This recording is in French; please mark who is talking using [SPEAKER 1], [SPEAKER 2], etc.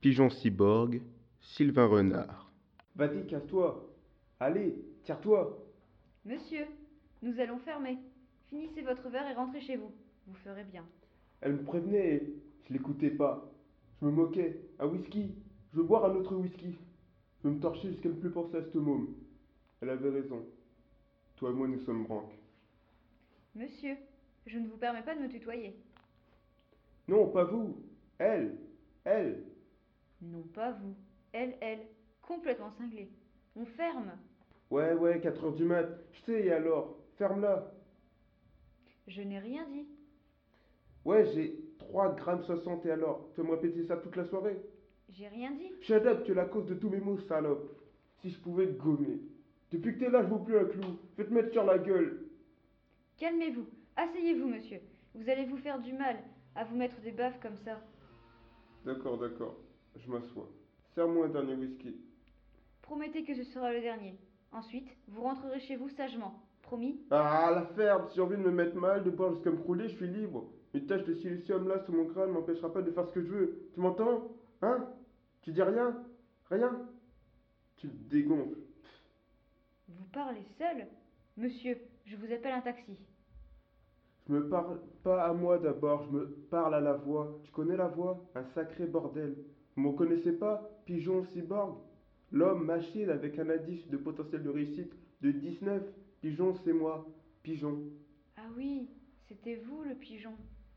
[SPEAKER 1] Pigeon Cyborg, Sylvain Renard.
[SPEAKER 2] Vas-y, casse-toi. Allez, tire-toi.
[SPEAKER 3] Monsieur, nous allons fermer. Finissez votre verre et rentrez chez vous. Vous ferez bien.
[SPEAKER 2] Elle me prévenait et je l'écoutais pas. Je me moquais. Un whisky. Je veux boire un autre whisky. Je veux me torcher jusqu'à ne plus penser à ce môme. Elle avait raison. Toi et moi, nous sommes branques.
[SPEAKER 3] Monsieur, je ne vous permets pas de me tutoyer.
[SPEAKER 2] Non, pas vous. Elle. Elle.
[SPEAKER 3] Non, pas vous. Elle, elle. Complètement cinglée. On ferme.
[SPEAKER 2] Ouais, ouais, 4 heures du mat. Je sais, et alors Ferme-la.
[SPEAKER 3] Je n'ai rien dit.
[SPEAKER 2] Ouais, j'ai 3 grammes 60 et alors Fais-moi répéter ça toute la soirée.
[SPEAKER 3] J'ai rien dit.
[SPEAKER 2] Shut up, tu es la cause de tous mes maux, salope. Si je pouvais te gommer. Depuis que t'es là, je vaux plus un clou. Je vais te mettre sur la gueule.
[SPEAKER 3] Calmez-vous. Asseyez-vous, monsieur. Vous allez vous faire du mal à vous mettre des baffes comme ça.
[SPEAKER 2] D'accord, d'accord. Je m'assois. Serre-moi un dernier whisky.
[SPEAKER 3] Promettez que ce sera le dernier. Ensuite, vous rentrerez chez vous sagement. Promis
[SPEAKER 2] Ah, la ferme Si j'ai envie de me mettre mal, de boire jusqu'à me crouler, je suis libre. Une tache de silicium là sous mon crâne m'empêchera pas de faire ce que je veux. Tu m'entends Hein Tu dis rien Rien Tu me dégonfles.
[SPEAKER 3] Vous parlez seul Monsieur, je vous appelle un taxi.
[SPEAKER 2] Je me parle pas à moi d'abord, je me parle à la voix. Tu connais la voix Un sacré bordel. Vous me connaissez pas Pigeon cyborg L'homme machine avec un indice de potentiel de réussite de 19. Pigeon, c'est moi. Pigeon.
[SPEAKER 3] Ah oui, c'était vous le pigeon.